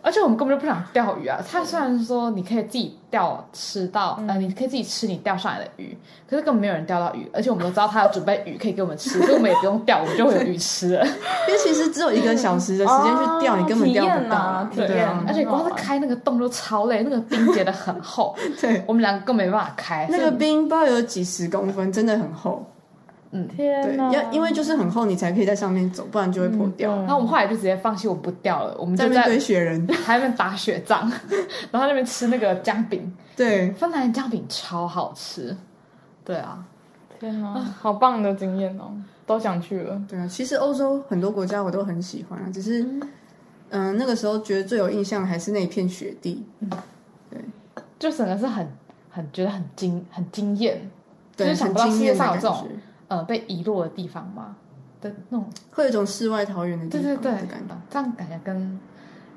Speaker 1: 而且我们根本就不想钓鱼啊。它虽然说你可以自己钓吃到，
Speaker 3: 嗯
Speaker 1: 呃，你可以自己吃你钓上来的鱼，可是根本没有人钓到鱼。而且我们都知道他有准备鱼可以给我们吃，所以我们也不用钓，我们就会有鱼吃了。
Speaker 3: 因为其实只有一个小时的时间去钓，
Speaker 2: 哦
Speaker 3: 你根本钓
Speaker 2: 体
Speaker 3: 不
Speaker 2: 验
Speaker 3: 到
Speaker 2: 啊
Speaker 1: 哦
Speaker 3: 啊。
Speaker 2: 体验
Speaker 3: (laughs) 对啊，
Speaker 1: 而且光是开那个洞就超累，那个冰结的很厚，
Speaker 3: (laughs) 对，
Speaker 1: 我们两个根本没办法开。
Speaker 3: 那个
Speaker 1: 所以
Speaker 3: 冰不知道有几十公分，真的很厚。对
Speaker 2: 天，
Speaker 1: 哦
Speaker 2: 哪！
Speaker 3: 要因为就是很厚，你才可以在上面走，不然就
Speaker 1: 嗯
Speaker 3: 会破掉。
Speaker 1: 然后我们后来就直接放弃，我们不钓了，我们
Speaker 3: 在
Speaker 1: 嗯就
Speaker 3: 那边
Speaker 1: 在
Speaker 3: 堆雪人，
Speaker 1: 还在那边打雪仗，然后在那边吃那个姜饼，
Speaker 3: 对，
Speaker 1: 芬兰姜饼超好吃。对啊，
Speaker 2: 天哪，啊好棒的经验哦，都想去了。
Speaker 3: 对啊，其实欧洲很多国家我都很喜欢啊，只是，嗯、那个时候觉得最有印象还是那一片雪地，
Speaker 1: 就整个是很很觉得很惊很惊艳，就
Speaker 3: 对，
Speaker 1: 是想
Speaker 3: 很
Speaker 1: 不到世
Speaker 3: 惊
Speaker 1: 界
Speaker 3: 艳的
Speaker 1: 上有
Speaker 3: 感
Speaker 1: 这
Speaker 3: 觉
Speaker 1: 种，呃被遗落的地方嘛的那种，
Speaker 3: 会有一种世外桃源的地
Speaker 1: 对
Speaker 3: 方
Speaker 1: 对
Speaker 3: 的
Speaker 1: 对
Speaker 3: 感觉。，
Speaker 1: 这样感觉跟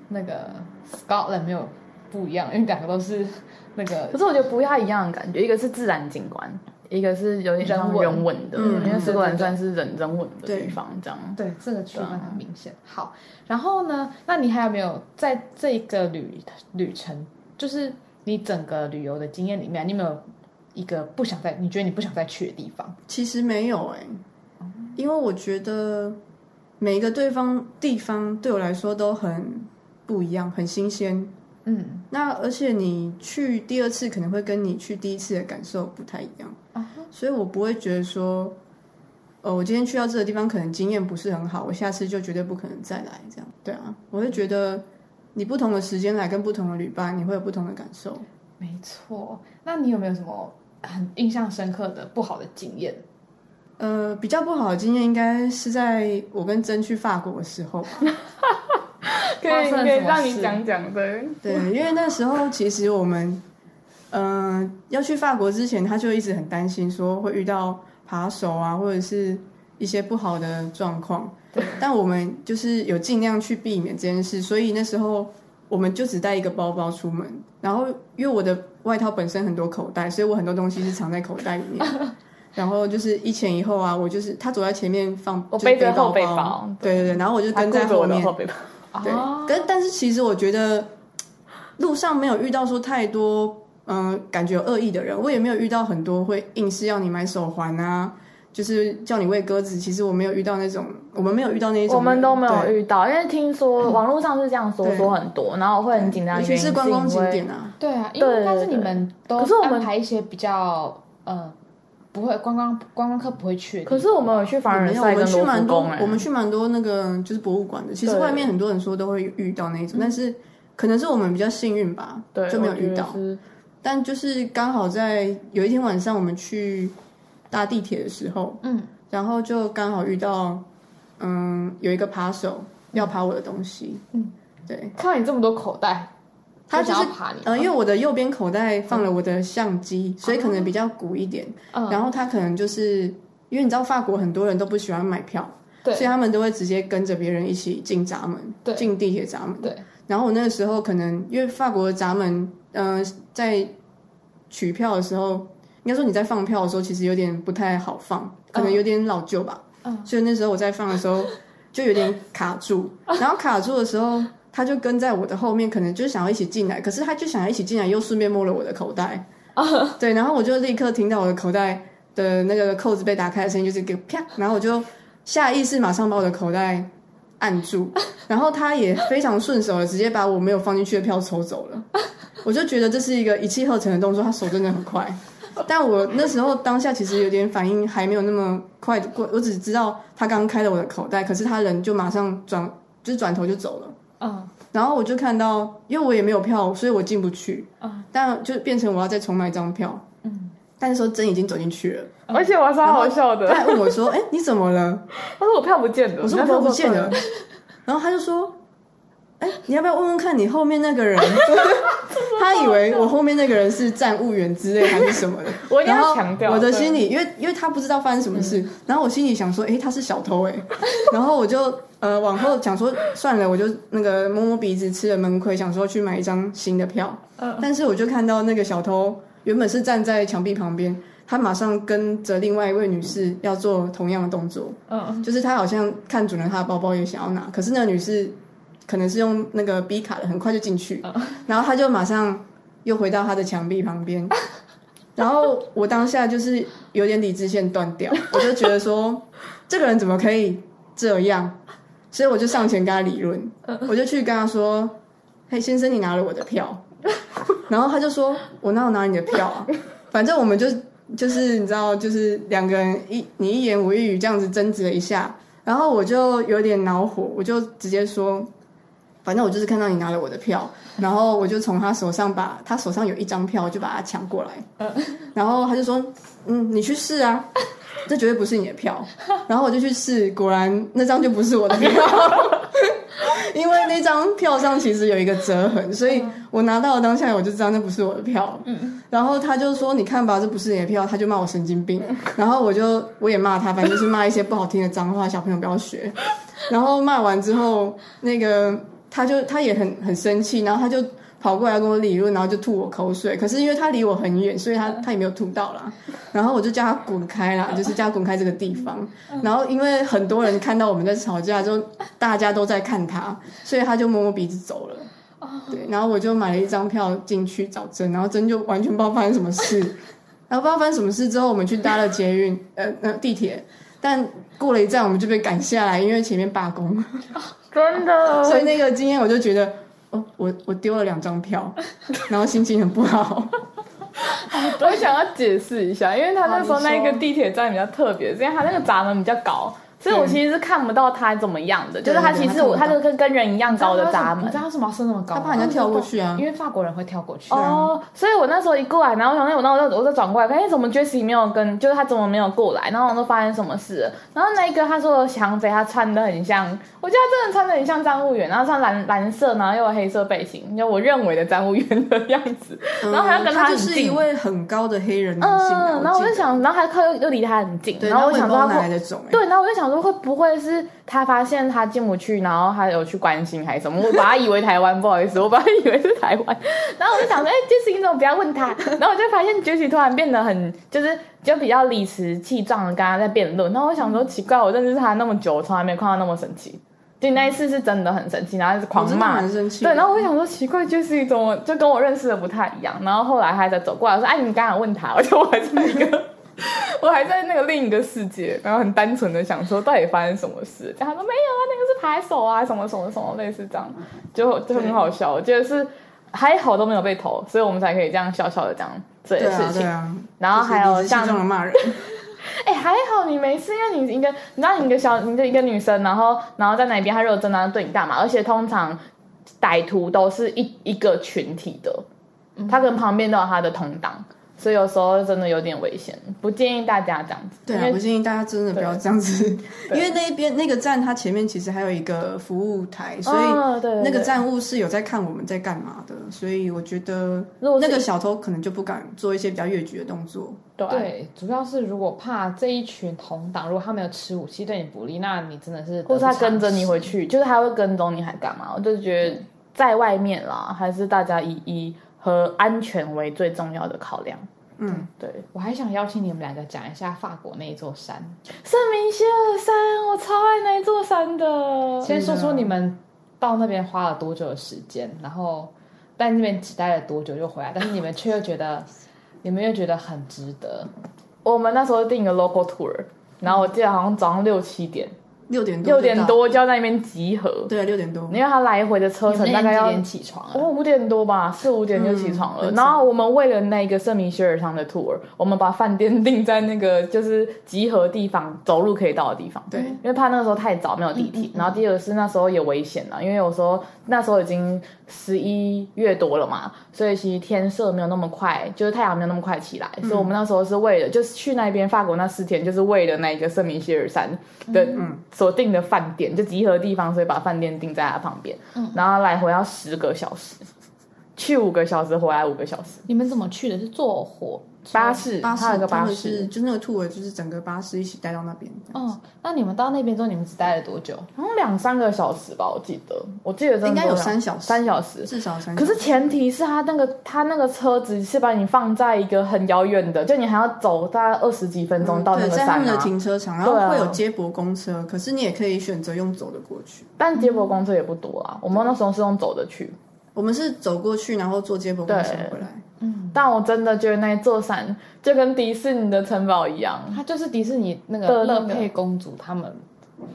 Speaker 1: 那个 Scotland 没有不一样，因为两个都是那个
Speaker 2: 可是我觉得不太一样的感觉，一个是自然景观，一个是有点像
Speaker 1: 人文
Speaker 2: 人文的，
Speaker 3: 嗯
Speaker 2: 因为斯
Speaker 1: 对
Speaker 2: 格
Speaker 1: 对
Speaker 2: 兰
Speaker 1: 对
Speaker 2: 算是人人文的
Speaker 3: 对
Speaker 2: 地方，这样。
Speaker 1: 对这个区分
Speaker 2: 对啊
Speaker 1: 很明显。好，然后呢，那你还有没有在这个旅旅程，就是你整个旅游的经验里面，你有没有一个不想再你觉得你不想再去的地方？
Speaker 3: 其实没有哎、因为我觉得每一个对方地方对我来说都很不一样，很新鲜。
Speaker 1: 嗯，
Speaker 3: 那而且你去第二次可能会跟你去第一次的感受不太一样，
Speaker 1: 啊
Speaker 3: 所以我不会觉得说，呃，我今天去到这个地方可能经验不是很好，我下次就绝对不可能再来这样。对啊，我会觉得你不同的时间来跟不同的旅伴，你会有不同的感受。
Speaker 1: 没错。那你有没有什么很印象深刻的不好的经验？
Speaker 3: 呃，比较不好的经验应该是在我跟珍去法国的时候吧。
Speaker 2: (laughs) 可
Speaker 1: 发
Speaker 2: 以
Speaker 1: 生了
Speaker 2: 可以
Speaker 1: 什么
Speaker 2: 让你
Speaker 1: 事
Speaker 2: 讲讲，对，
Speaker 3: 对，因为那时候其实我们，嗯、要去法国之前，他就一直很担心说会遇到扒手啊，或者是一些不好的状况。但我们就是有尽量去避免这件事，所以那时候我们就只带一个包包出门。然后因为我的外套本身很多口袋，所以我很多东西是藏在口袋里面。
Speaker 2: (laughs)
Speaker 3: 然后就是一前一后啊，我就是他走在前面放，
Speaker 2: 我
Speaker 3: 就是
Speaker 2: 背着
Speaker 3: 包
Speaker 2: 后背
Speaker 3: 包
Speaker 2: 包
Speaker 3: 对对对，然后我就
Speaker 2: 他
Speaker 3: 跟在
Speaker 2: 顾着我
Speaker 3: 后
Speaker 2: 的
Speaker 3: 面，
Speaker 2: 后背包。
Speaker 3: 对
Speaker 1: 哦，
Speaker 3: 但但是其实我觉得路上没有遇到说太多，嗯、感觉有恶意的人，我也没有遇到很多会硬是要你买手环啊，就是叫你喂鸽子。其实我没有遇到那种，我们没有遇到那种人，
Speaker 2: 我们都没有
Speaker 3: 对
Speaker 2: 遇到，因为听
Speaker 3: (laughs)
Speaker 2: 说网络上是这样说，
Speaker 3: 对
Speaker 2: 说很多，然后我会很紧张，原
Speaker 3: 尤其
Speaker 2: 因
Speaker 3: 是
Speaker 2: 是
Speaker 3: 观光
Speaker 2: 因
Speaker 3: 景
Speaker 2: 为
Speaker 3: 点啊，
Speaker 1: 对啊，因为
Speaker 2: 对
Speaker 1: 但是
Speaker 2: 对
Speaker 1: 你们都
Speaker 2: 可是我们
Speaker 1: 安排一些比较呃不会观光观光客不会去的地方，
Speaker 2: 可是我们有去凡尔
Speaker 3: 没有，我
Speaker 2: 赛
Speaker 3: 们
Speaker 2: 跟
Speaker 3: 去
Speaker 2: 罗
Speaker 3: 蛮
Speaker 2: 浮
Speaker 3: 多
Speaker 2: 宫，哎，
Speaker 3: 我们去蛮多那个就是博物馆的。其实
Speaker 2: 对
Speaker 3: 外面很多人说都会遇到那一种，但是可能是我们比较幸运吧，
Speaker 2: 对
Speaker 3: 就没有
Speaker 2: 我觉
Speaker 3: 遇
Speaker 2: 得
Speaker 3: 到。
Speaker 2: 是
Speaker 3: 但就是刚好在有一天晚上，我们去搭地铁的时候，
Speaker 1: 嗯，
Speaker 3: 然后就刚好遇到，嗯，有一个扒手要扒我的东西，
Speaker 1: 嗯，
Speaker 3: 对，
Speaker 1: 看到你这么多口袋，
Speaker 3: 他
Speaker 1: 就
Speaker 3: 就
Speaker 1: 想
Speaker 3: 是
Speaker 1: 要爬你
Speaker 3: 呃，因
Speaker 1: 吗，
Speaker 3: 为我的右边口袋放了我的相机，所以可能比较鼓一点，
Speaker 1: 哦嗯
Speaker 3: 然后他可能就是因为你知道法国很多人都不喜欢买票，
Speaker 1: 对
Speaker 3: 所以他们都会直接跟着别人一起进闸门，
Speaker 1: 对
Speaker 3: 进地铁闸门，
Speaker 1: 对。
Speaker 3: 然后我那个时候可能因为法国的闸门，嗯、在取票的时候，应该说你在放票的时候，其实有点不太好放，可能有点老旧吧。
Speaker 1: 嗯
Speaker 3: 所以那时候我在放的时候就有点卡住，
Speaker 1: 嗯
Speaker 3: 然后卡住的时候，他就跟在我的后面，可能就是想要一起进来，可是他就想要一起进来，又顺便摸了我的口袋。
Speaker 1: 嗯
Speaker 3: 对，然后我就立刻听到我的口袋的那个扣子被打开的声音，就是一个啪，然后我就下意识马上把我的口袋按
Speaker 1: (laughs)
Speaker 3: 住，然后他也非常顺手的直接把我没有放进去的票抽走了。我就觉得这是一个一气呵成的动作，他手真的很快。但我那时候当下其实有点反应还没有那么快的过，我只知道他刚开了我的口袋，可是他人就马上转，就是转头就走了。
Speaker 1: 嗯，
Speaker 3: 然后我就看到，因为我也没有票，所以我进不去。
Speaker 1: 嗯
Speaker 3: 但就变成我要再重买一张票。
Speaker 1: 嗯，
Speaker 3: 但是说真已经走进去了，
Speaker 2: 而且我还超好笑的
Speaker 3: 他，还问我说：“哎、你怎么了？”
Speaker 2: 他说我票不见了，
Speaker 3: 我说
Speaker 2: 那
Speaker 3: 我
Speaker 2: 时候
Speaker 3: 票不见
Speaker 2: 说
Speaker 3: 了， (laughs) 然后他就说：“哎、你要不要问问看你后面那
Speaker 2: (laughs)
Speaker 3: 个人？” (laughs) 他以为我后面那个人是站务员之类还是什么的。
Speaker 2: (laughs) 我一定
Speaker 3: 然
Speaker 2: 要
Speaker 3: 后
Speaker 2: 强调
Speaker 3: 我的
Speaker 2: 对
Speaker 3: (laughs) 心里，因为因为他不知道发生什么事，然后我心里想说：“哎、他是小偷哎、然后我就嗯、呃往后想说算了，我就那个摸摸鼻子吃了闷亏，想说去买一张新的票。
Speaker 2: 嗯
Speaker 3: 但是我就看到那个小偷原本是站在墙壁旁边，他马上跟着另外一位女士要做同样的动作。
Speaker 1: 嗯，
Speaker 3: 就是他好像看准了他的包包，也想要拿，可是那个女士可能是用那个 B 卡的，很快就进去，然后他就马上又回到他的墙壁旁边，然后我当下就是有点理智线断掉，我就觉得说这个人怎么可以这样，所以我就上前跟他理论，我就去跟他说：“嘿，先生，你拿了我的票。”然后他就说：“我哪有拿你的票啊？反正我们就就是你知道，就是两个人一你一言我一语这样子争执了一下，然后我就有点恼火，我就直接说，反正我就是看到你拿了我的票，然后我就从他手上把他手上有一张票，我就把它抢过来，然后他就说，嗯，你去试啊。这绝对不是你的票，然后我就去试，果然那张就不是我的票，因为那张票上其实有一个折痕，所以我拿到的当下我就知道那不是我的票，然后他就说：“你看吧，这不是你的票。”他就骂我神经病，然后我就我也骂他，反正就是骂一些不好听的脏话，小朋友不要学。然后骂完之后，那个他就他也很很生气，然后他就跑过来跟我理论，然后就吐我口水。可是因为他离我很远，所以他他也没有吐到啦。然后我就叫他滚开啦，就是叫他滚开这个地方。然后因为很多人看到我们在吵架，就大家都在看他，所以他就摸摸鼻子走了。对，然后我就买了一张票进去找真，然后真就完全不知道发生什么事，然后不知道发生什么事之后，我们去搭了捷运，呃，呃地铁，但过了一站我们就被赶下来，因为前面
Speaker 2: (laughs)
Speaker 3: 罢工，
Speaker 2: 真的
Speaker 3: 所以那个经验我就觉得，哦，我我丢了两张票，
Speaker 2: (laughs)
Speaker 3: 然后心情很不好。
Speaker 2: (laughs) 我想要解释一下，因为他那时候
Speaker 1: 好你
Speaker 2: 那
Speaker 1: 说
Speaker 2: 个地铁站比较特别，是因为他那个闸门比较高，所以我其实是看不到他怎么样的，就是他
Speaker 3: 嗯对对
Speaker 2: 其实我
Speaker 3: 他
Speaker 2: 他
Speaker 3: 看不
Speaker 2: 就跟跟人一样高的闸
Speaker 1: 你
Speaker 2: 门
Speaker 1: 知。道为什么要设那么高吗？
Speaker 3: 他怕人家跳过去啊
Speaker 1: 因为法国人会跳过去。
Speaker 2: 哦，所以我那时候一过来，然后我想说，我那我就我就转过来看，哎，怎么 Jesse 没有跟，就是他怎么没有过来？然后我就发生什么事了然后那一个他说的抢匪，他穿的很像，我觉得他真的穿的很像站务员，然后穿蓝蓝色，然后又有黑色背心，就我认为的站务员的样子。 (laughs) 然后还要跟
Speaker 3: 嗯他
Speaker 2: 很
Speaker 3: 就是一
Speaker 2: 近，
Speaker 3: 位很高的黑人女性啊，
Speaker 2: 嗯，然后我就
Speaker 3: 记得，
Speaker 2: 想，然后他靠又又离他很近，
Speaker 3: 对，
Speaker 2: 然后
Speaker 3: 我
Speaker 2: 我想说他
Speaker 3: 哪
Speaker 2: 会
Speaker 3: 来的种、欸？
Speaker 2: 对，然后我就想说，会不会是他发现他进不去，然后他有去关心还是什么？我把他以为台湾，不好意思，我把他以为是台湾。然后我就想说，哎、杰西，你怎么不要问他？然后我就发现杰西突然变得很，就是就比较理直气壮的跟他在辩论。然后我想说，
Speaker 3: 嗯
Speaker 2: 奇怪，我认识他那么久，我从来没有看到那么生气。就那一次是真的很生气，然后一直
Speaker 3: 我
Speaker 2: 狂
Speaker 3: 真的
Speaker 2: 骂，
Speaker 3: 蛮生气的。
Speaker 2: 对，然后我就想说奇怪，Jesse 怎么就跟我认识的不太一样？然后后来他还在走过来，我说：“哎，你刚才问他， (laughs) 而且我还在一个，我还在那个另一个世界，然后很单纯的想说到底发生什么事。”然后他说：“没有啊，那个是排手啊，什么什么什么，类似这样，就
Speaker 3: 嗯
Speaker 2: 就很好笑。我觉得是还好都没有被投，所以我们才可以这样笑笑的讲这
Speaker 3: 对
Speaker 2: 件
Speaker 3: 啊
Speaker 2: 事
Speaker 3: 对
Speaker 2: 情。
Speaker 3: 啊，
Speaker 2: 然后还有
Speaker 3: 就是理直气
Speaker 2: 像
Speaker 3: 壮
Speaker 2: (laughs)
Speaker 3: 的骂人，
Speaker 2: 哎、还好你没事，因为你一个，你知道你一个小，你的一个女生，然后然后在哪边，她如果真的要对你干嘛，而且通常歹徒都是一一个群体的，
Speaker 3: 嗯
Speaker 2: 他跟旁边都有他的同党，所以有时候真的有点危险，不建议大家这样子。
Speaker 3: 对
Speaker 2: 因
Speaker 3: 啊，
Speaker 2: 为
Speaker 3: 我建议大家真的不要这样子，因
Speaker 2: 对
Speaker 3: 为那边那个站它前面其实还有一个服务台，所以
Speaker 2: 哦、对对
Speaker 3: 那个
Speaker 2: 对
Speaker 3: 站务是有在看我们在干嘛的，所以我觉得
Speaker 2: 如果是
Speaker 3: 那个小偷可能就不敢做一些比较越矩的动作。
Speaker 2: 对啊
Speaker 1: 对，主要是如果怕这一群同党，如果他没有持武器对你不利，那你真的是
Speaker 2: 或是他跟着你
Speaker 1: 会
Speaker 2: 回去，就是他会跟踪你，还干嘛？我就觉得在外面啦，还是大家以以和安全为最重要的考量。
Speaker 3: 嗯，
Speaker 2: 对，
Speaker 1: 我还想邀请你们两个讲一下法国那一座山，
Speaker 2: 圣明歇尔山，我超爱那一座山的。
Speaker 1: 先说说你们到那边花了多久的时间，然后在那边只待了多久就回来，但是你们却又觉得，你们又觉得很值得。
Speaker 2: 我们那时候订一个 local tour，然后我记得好像早上六七点，
Speaker 3: 六点多，
Speaker 2: 六点，多就要在那边集合，
Speaker 3: 对，六点多，
Speaker 2: 因为他来回的车
Speaker 1: 你们
Speaker 2: 程大
Speaker 1: 那天
Speaker 2: 概
Speaker 1: 几
Speaker 2: 要
Speaker 1: 点起床
Speaker 2: 我
Speaker 1: 啊？
Speaker 2: 们五点多吧，四五点就起床了。
Speaker 3: 嗯
Speaker 2: 然后我们为了那个圣米歇尔山的 tour，我们把饭店定在那个就是集合地方，走路可以到的地方。
Speaker 3: 对嗯
Speaker 2: 因为怕那个时候太早没有地铁。然后第二个是那时候也危险啊了，因为有时候那时候已经十一月多了嘛，所以其实天色没有那么快，就是太阳没有那么快起来。
Speaker 3: 嗯
Speaker 2: 所以我们那时候是为了就是去那边法国那四天，就是为了那个圣米歇尔山的
Speaker 3: 嗯
Speaker 2: 所定的饭
Speaker 3: 嗯
Speaker 2: 店，就集合地方，所以把饭店定在它旁边。然后来回要十个小时。去五个小时，回来五个小时，
Speaker 1: 你们怎么去的？是坐火车
Speaker 2: 巴？士，
Speaker 3: 啊巴
Speaker 2: 它
Speaker 3: 士
Speaker 2: 有个
Speaker 3: 他
Speaker 2: 巴
Speaker 3: 们是
Speaker 2: 士，
Speaker 3: 就是那个 tour 就是整个巴士一起带到那边，
Speaker 1: 哦，那你们到那边之后，你们只待了多久？
Speaker 2: 好像两三个小时吧，我记得，我记得真的
Speaker 3: 应该有
Speaker 2: 多两
Speaker 3: 三小时
Speaker 2: 三小时。
Speaker 3: 至少三。
Speaker 2: 可是前提是他那个他那个车子是把你放在一个很遥远的，就你还要走大概二十几分钟到那
Speaker 3: 嗯对，
Speaker 2: 个
Speaker 3: 在他
Speaker 2: 山
Speaker 3: 们的
Speaker 2: 啊。
Speaker 3: 停车场，然
Speaker 2: 对
Speaker 3: 后
Speaker 2: 啊
Speaker 3: 会有接驳公车，可是你也可以选择用走的过去。
Speaker 2: 但接驳公车也不多
Speaker 3: 嗯
Speaker 2: 啊，我们那时候是用走的去。
Speaker 3: 我们是走过去，然后坐接驳公车回来。
Speaker 2: 但我真的觉得那一座山就跟迪士尼的城堡一样，
Speaker 1: 它就是迪士尼那个
Speaker 2: 的那
Speaker 1: 乐
Speaker 2: 个
Speaker 1: 佩公主他们，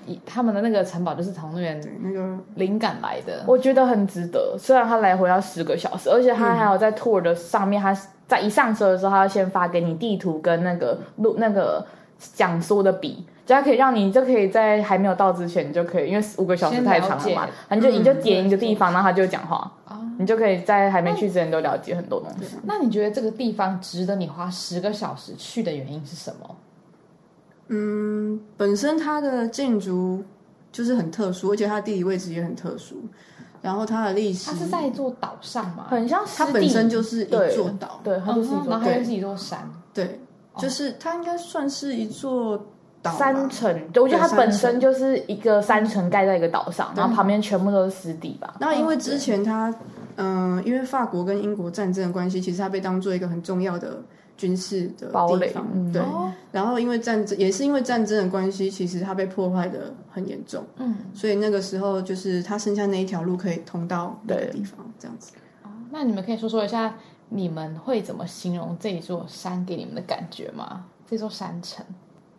Speaker 1: 以他们的那个城堡就是从那边
Speaker 3: 对，那个
Speaker 1: 灵感来的。
Speaker 2: 我觉得很值得。虽然它来回要十个小时，而且
Speaker 3: 嗯
Speaker 2: 它还有在 tour 的上面，它在一上车的时候，它要先发给你地图跟那个路那个讲说的笔。就它可以让你就可以在还没有到之前，你就可以，因为五个小时
Speaker 1: 先
Speaker 2: 太
Speaker 1: 了
Speaker 2: 长了
Speaker 1: 解
Speaker 2: 嘛，你就你就点一个地方，
Speaker 1: 嗯
Speaker 2: 然后它就讲话，
Speaker 3: 哦
Speaker 1: 啊，
Speaker 2: 你就可以在还没去之前都了解很多东西。
Speaker 1: 那你觉得这个地方值得你花十个小时去的原因是什么？
Speaker 3: 嗯，本身它的建筑就是很特殊，而且它的地理位置也很特殊。然后它的历史，
Speaker 1: 它是在一座岛上吗？
Speaker 2: 很像湿
Speaker 3: 它本身哦
Speaker 2: 地
Speaker 3: 就是一
Speaker 2: 对
Speaker 3: 座岛，
Speaker 2: 对，它就是一
Speaker 1: 嗯然
Speaker 2: 座
Speaker 1: 后它又是一座山。
Speaker 3: 对，就是它应该算是一座岛吧
Speaker 2: 三层，对我觉得它
Speaker 3: 对
Speaker 2: 本
Speaker 3: 三
Speaker 2: 身
Speaker 3: 层嗯
Speaker 2: 就是一个三层盖在一个岛上，然后旁边全部都是湿地吧。
Speaker 3: 那因为之前它，嗯、因为法国跟英国战争的关系，其实它被当做一个很重要的军事的
Speaker 2: 堡
Speaker 3: 地
Speaker 2: 垒
Speaker 3: 方，
Speaker 2: 嗯
Speaker 3: 对。
Speaker 1: 哦
Speaker 3: 然后因为战争，也是因为战争的关系，其实它被破坏的很严重，
Speaker 1: 嗯，
Speaker 3: 所以那个时候就是它剩下那一条路可以通到那个地方，这样子。
Speaker 1: 哦那你们可以说说一下，你们会怎么形容这一座山给你们的感觉吗？这座山城，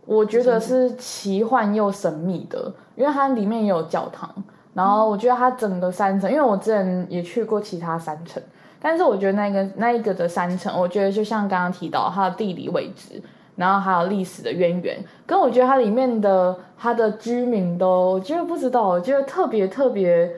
Speaker 2: 我觉得是奇幻又神秘的，因为它里面也有教堂，然后我觉得它整个山城，因为我之前也去过其他山城，但是我觉得那个那一个的山城，我觉得就像刚刚提到它的地理位置，然后还有历史的渊源，跟我觉得它里面的它的居民都，我觉得不知道，我觉得特别特别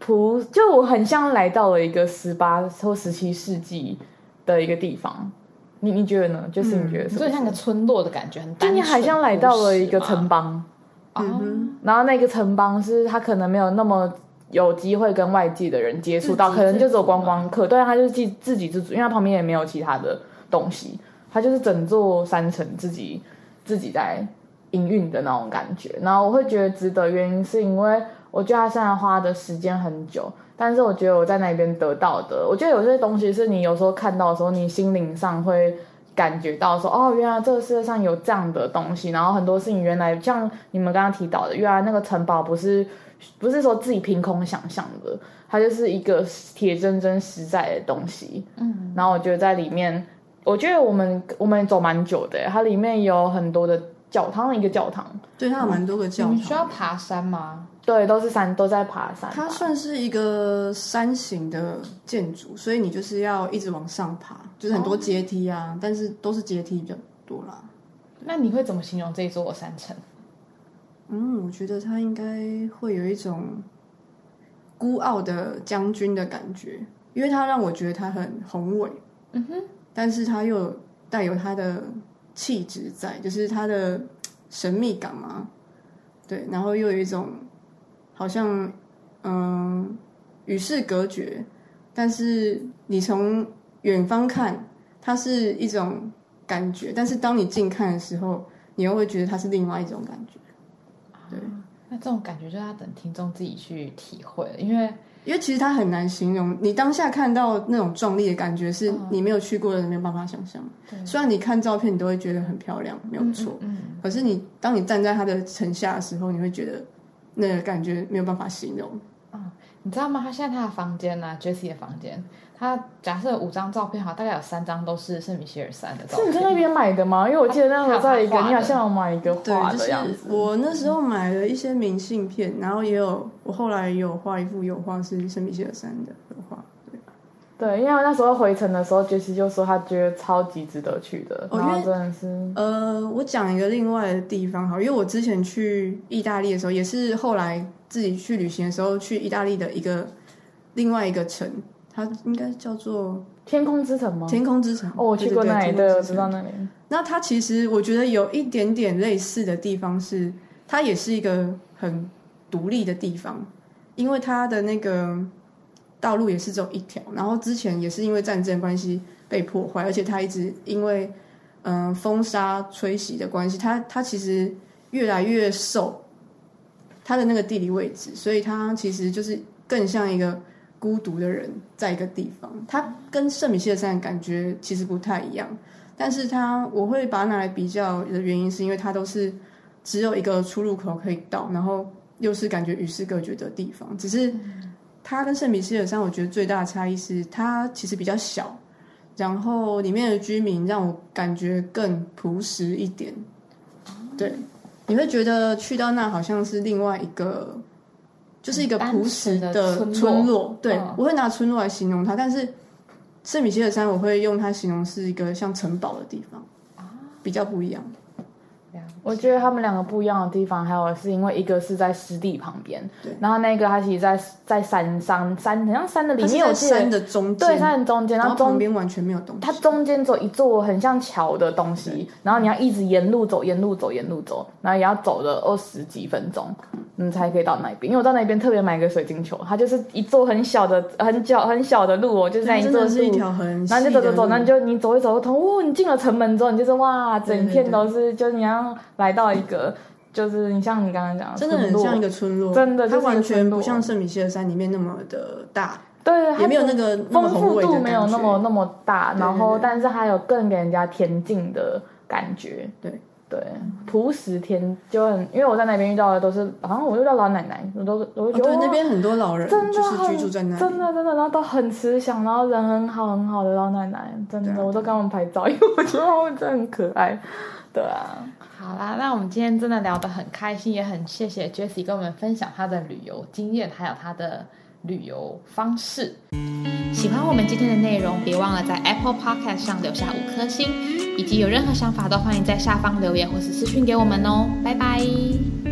Speaker 2: 朴，就我很像来到了一个十八或十七世纪的一个地方。你你觉得呢？就是你觉得什么？
Speaker 1: 就嗯像个村落的感觉，很
Speaker 2: 就
Speaker 1: 单
Speaker 2: 你好像来到了一个城
Speaker 1: 堡。
Speaker 2: 邦，
Speaker 1: 哦
Speaker 3: 嗯
Speaker 2: 然后那个城邦是他可能没有那么有机会跟外界的人接触到，
Speaker 3: 自给
Speaker 2: 可能就只有
Speaker 1: 自足嘛
Speaker 2: 观光客，对，他就是自自给自足，因为他旁边也没有其他的东西，他就是整座山城自己自己在营运的那种感觉。然后我会觉得值得，原因是因为我觉得他虽然花的时间很久。但是我觉得我在那边得到的，我觉得有些东西是你有时候看到的时候，你心灵上会感觉到说，哦，原来这个世界上有这样的东西，然后很多事情原来像你们刚刚提到的，原来那个城堡不是不是说自己凭空想象的，它就是一个铁铮铮实在的东西。
Speaker 1: 嗯，
Speaker 2: 然后我觉得在里面，我觉得我们我们走蛮久的，它里面有很多的教堂，一个教堂，
Speaker 3: 对，它有蛮多个教
Speaker 1: 你们需要
Speaker 3: 堂，
Speaker 1: 爬山吗？
Speaker 2: 对，都是山，都在爬山吧。
Speaker 3: 它算是一个山形的建筑，所以你就是要一直往上爬，就是很多阶梯啊，但是都是阶梯比较多啦。
Speaker 1: 那你会怎么形容这一座山城？
Speaker 3: 嗯，我觉得他应该会有一种孤傲的将军的感觉，因为他让我觉得他很宏伟，
Speaker 1: 嗯哼，
Speaker 3: 但是他又带有他的气质在，就是他的嘖神秘感嘛。对，然后又有一种好像嗯与世隔绝，但是你从远方看，它是一种感觉，但是当你近看的时候，你又会觉得它是另外一种感觉。对，
Speaker 1: 那这种感觉就要等听众自己去体会了，因为
Speaker 3: 因为其实它很难形容，你当下看到那种壮丽的感觉，是
Speaker 1: 嗯
Speaker 3: 你没有去过的人没有办法想象。虽然你看照片，你都会觉得很漂亮，没有错。
Speaker 1: 嗯，
Speaker 3: 可是你当你站在它的城下的时候，你会觉得那个感觉没有办法形容。
Speaker 1: 你知道吗？他现在他的房间呢、啊、，Jessie 的房间，他假设有五张照片好，大概有三张都是圣米歇尔山的照
Speaker 2: 是你在那
Speaker 1: 片。
Speaker 2: 边买的吗？因为我记得那时候在一个，
Speaker 1: 它它画的
Speaker 2: 你好像有买一个
Speaker 3: 对
Speaker 2: 画，
Speaker 3: 就
Speaker 2: 的样子。
Speaker 3: 是我那时候买了一些明信片，然后也有我后来也有画一幅油画，是圣米歇尔山的油画。对，
Speaker 2: 对，因为那时候回程的时候，杰西就说他觉得超级值得去的，
Speaker 3: 哦
Speaker 2: 然后
Speaker 3: 因为
Speaker 2: 真的是
Speaker 3: 呃，我讲一个另外的地方好，因为我之前去意大利的时候，也是后来自己去旅行的时候去意大利的一个另外一个城，它应该叫做
Speaker 2: 天空之城吗？
Speaker 3: 天空之城。
Speaker 2: 哦，我
Speaker 3: 对
Speaker 2: 去过那里，
Speaker 3: 对，天
Speaker 2: 我
Speaker 3: 空
Speaker 2: 知
Speaker 3: 之城
Speaker 2: 道那里。
Speaker 3: 那它其实我觉得有一点点类似的地方是，它也是一个很独立的地方，因为它的那个道路也是只有一条。然后之前也是因为战争关系被破坏，而且它一直因为嗯、呃风沙吹袭的关系，它它其实越来越瘦，它的那个地理位置，所以它其实就是更像一个孤独的人在一个地方。它跟圣米歇尔山感觉其实不太一样，但是它我会把它拿来比较的原因，是因为它都是只有一个出入口可以到，然后又是感觉与世隔绝的地方。只是它跟圣米歇尔山，我觉得最大的差异是它其实比较小，然后里面的居民让我感觉更朴实一点。对，你会觉得去到那好像是另外一个，就是一个
Speaker 1: 单
Speaker 3: 朴实
Speaker 1: 纯的
Speaker 3: 村
Speaker 1: 村落
Speaker 3: 对、
Speaker 1: 嗯
Speaker 3: 我会拿村落来形容它，但是圣米歇尔山我会用它形容是一个像城堡的地方，
Speaker 2: 啊
Speaker 3: 比较不一样。
Speaker 2: 我觉得他们两个不一样的地方，还有是因为一个是在湿地旁边，
Speaker 3: 对
Speaker 2: 然后那个它其实在在山上山，好像山的里
Speaker 3: 它是
Speaker 2: 面，我
Speaker 3: 在
Speaker 2: 记得
Speaker 3: 山的中间，
Speaker 2: 对山的中间，
Speaker 3: 然
Speaker 2: 然
Speaker 3: 后
Speaker 2: 后
Speaker 3: 旁
Speaker 2: 中
Speaker 3: 边完全没有东西。
Speaker 2: 它中间走一座很像桥的东西，然后你要一直沿路走，沿路走，沿路走，然后也要走了二十几分钟，你才可以到那边。因为我到那边特别买个水晶球，它就是一座很小的、 (laughs) 很小、很小的路哦，就是在一
Speaker 3: 真
Speaker 2: 座
Speaker 3: 的是一
Speaker 2: 路。
Speaker 3: 条很细
Speaker 2: 然后
Speaker 3: 的
Speaker 2: 你就走走走，
Speaker 3: 路
Speaker 2: 那你就你走一走，通哦，你进了城门之后，你就是哇，
Speaker 3: 对
Speaker 2: 整片都是，就是你要来到一个，就是你像你刚刚讲的
Speaker 3: 真的
Speaker 2: 村
Speaker 3: 很
Speaker 2: 落，
Speaker 3: 像一个村落，
Speaker 2: 真的就
Speaker 3: 它
Speaker 2: 是一
Speaker 3: 完
Speaker 2: 个
Speaker 3: 全
Speaker 2: 村落
Speaker 3: 不像圣米歇尔山里面那么的大，
Speaker 2: 对，
Speaker 3: 也
Speaker 2: 它
Speaker 3: 没有那个那么
Speaker 2: 丰
Speaker 3: 宏
Speaker 2: 富
Speaker 3: 伟的
Speaker 2: 度
Speaker 3: 感
Speaker 2: 没有那么
Speaker 3: 觉
Speaker 2: 那么大，
Speaker 3: 对
Speaker 2: 然后
Speaker 3: 对对
Speaker 2: 但是还有更给人家恬静的感觉。
Speaker 3: 对
Speaker 2: 对，朴实恬就很，因为我在那边遇到的都是，好像我遇到老奶奶，我都我就
Speaker 3: 哦
Speaker 2: 觉得、
Speaker 3: 对，
Speaker 2: 哇
Speaker 3: 那边很多老人
Speaker 2: 真的
Speaker 3: 就是
Speaker 2: 很
Speaker 3: 居住在那里，
Speaker 2: 真的真的，然后都很慈祥，然后人很好很好的老奶奶，真的，
Speaker 3: 对啊
Speaker 2: 我都跟他们拍照，因为我觉得他们真的很可爱。对啊，
Speaker 1: 好啦，那我们今天真的聊得很开心，也很谢谢 Jessie 跟我们分享她的旅游经验，还有她的旅游方式。喜欢我们今天的内容，别忘了在 Apple Podcast 上留下五颗星，以及有任何想法都欢迎在下方留言或是私讯给我们哦。拜拜。